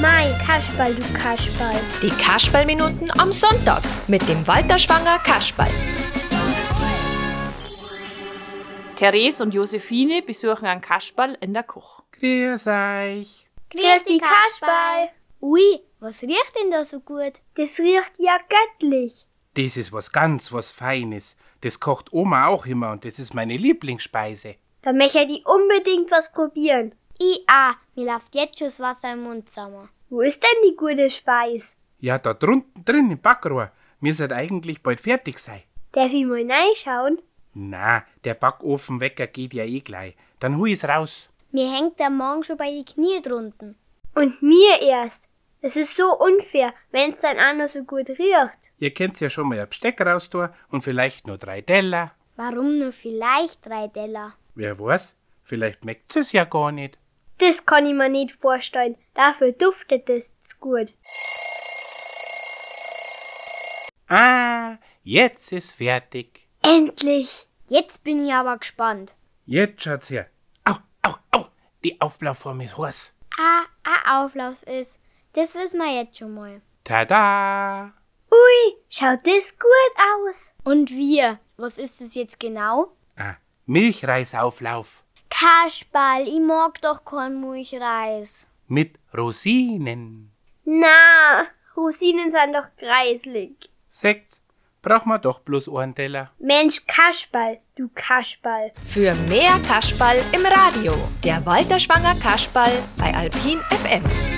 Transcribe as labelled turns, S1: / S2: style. S1: Mein Kasperl, du Kasperl.
S2: Die Kasperlminuten am Sonntag mit dem Walter Schwanger Kasperl.
S3: Therese und Josephine besuchen einen Kasperl in der Küche.
S4: Grüß euch.
S5: Grüß die Kasperl.
S6: Ui, was riecht denn da so gut?
S1: Das riecht ja göttlich.
S4: Das ist was ganz was Feines. Das kocht Oma auch immer und das ist meine Lieblingsspeise.
S1: Da möchte ich unbedingt was probieren.
S6: Ia, mir läuft jetzt schon das Wasser im Mund zusammen.
S1: Wo ist denn die gute Speis?
S4: Ja, da drunten drin im Backrohr. Mir sollt eigentlich bald fertig sein.
S1: Darf ich mal reinschauen?
S4: Na, der Backofenwecker geht ja eh gleich. Dann hu ich's raus.
S6: Mir hängt der Morgen schon bei die Knie drunten.
S1: Und mir erst. Es ist so unfair, wenn's dann anders so gut riecht.
S4: Ihr könnt's ja schon mal ein Besteck raus tun und vielleicht nur drei Teller.
S6: Warum nur vielleicht drei Teller?
S4: Wer weiß, vielleicht merkt's es ja gar nicht.
S1: Das kann ich mir nicht vorstellen. Dafür duftet es gut.
S4: Ah, jetzt ist fertig.
S1: Endlich!
S6: Jetzt bin ich aber gespannt.
S4: Jetzt schaut's her. Au, au, au, die Auflaufform ist heiß.
S6: Ah, ah, Auflauf ist. Das wissen wir jetzt schon mal.
S4: Tada!
S1: Ui, schaut das gut aus.
S6: Und wir, was ist das jetzt genau?
S4: Ah, Milchreisauflauf
S6: Kasperl, ich mag doch keinen Milchreis.
S4: mit Rosinen.
S1: Na, Rosinen sind doch greislig.
S4: Sekt braucht man doch bloß einen Teller.
S1: Mensch, Kasperl, du Kasperl.
S2: Für mehr Kasperl im Radio. Der Walter Schwanger Kasperl bei Alpin FM.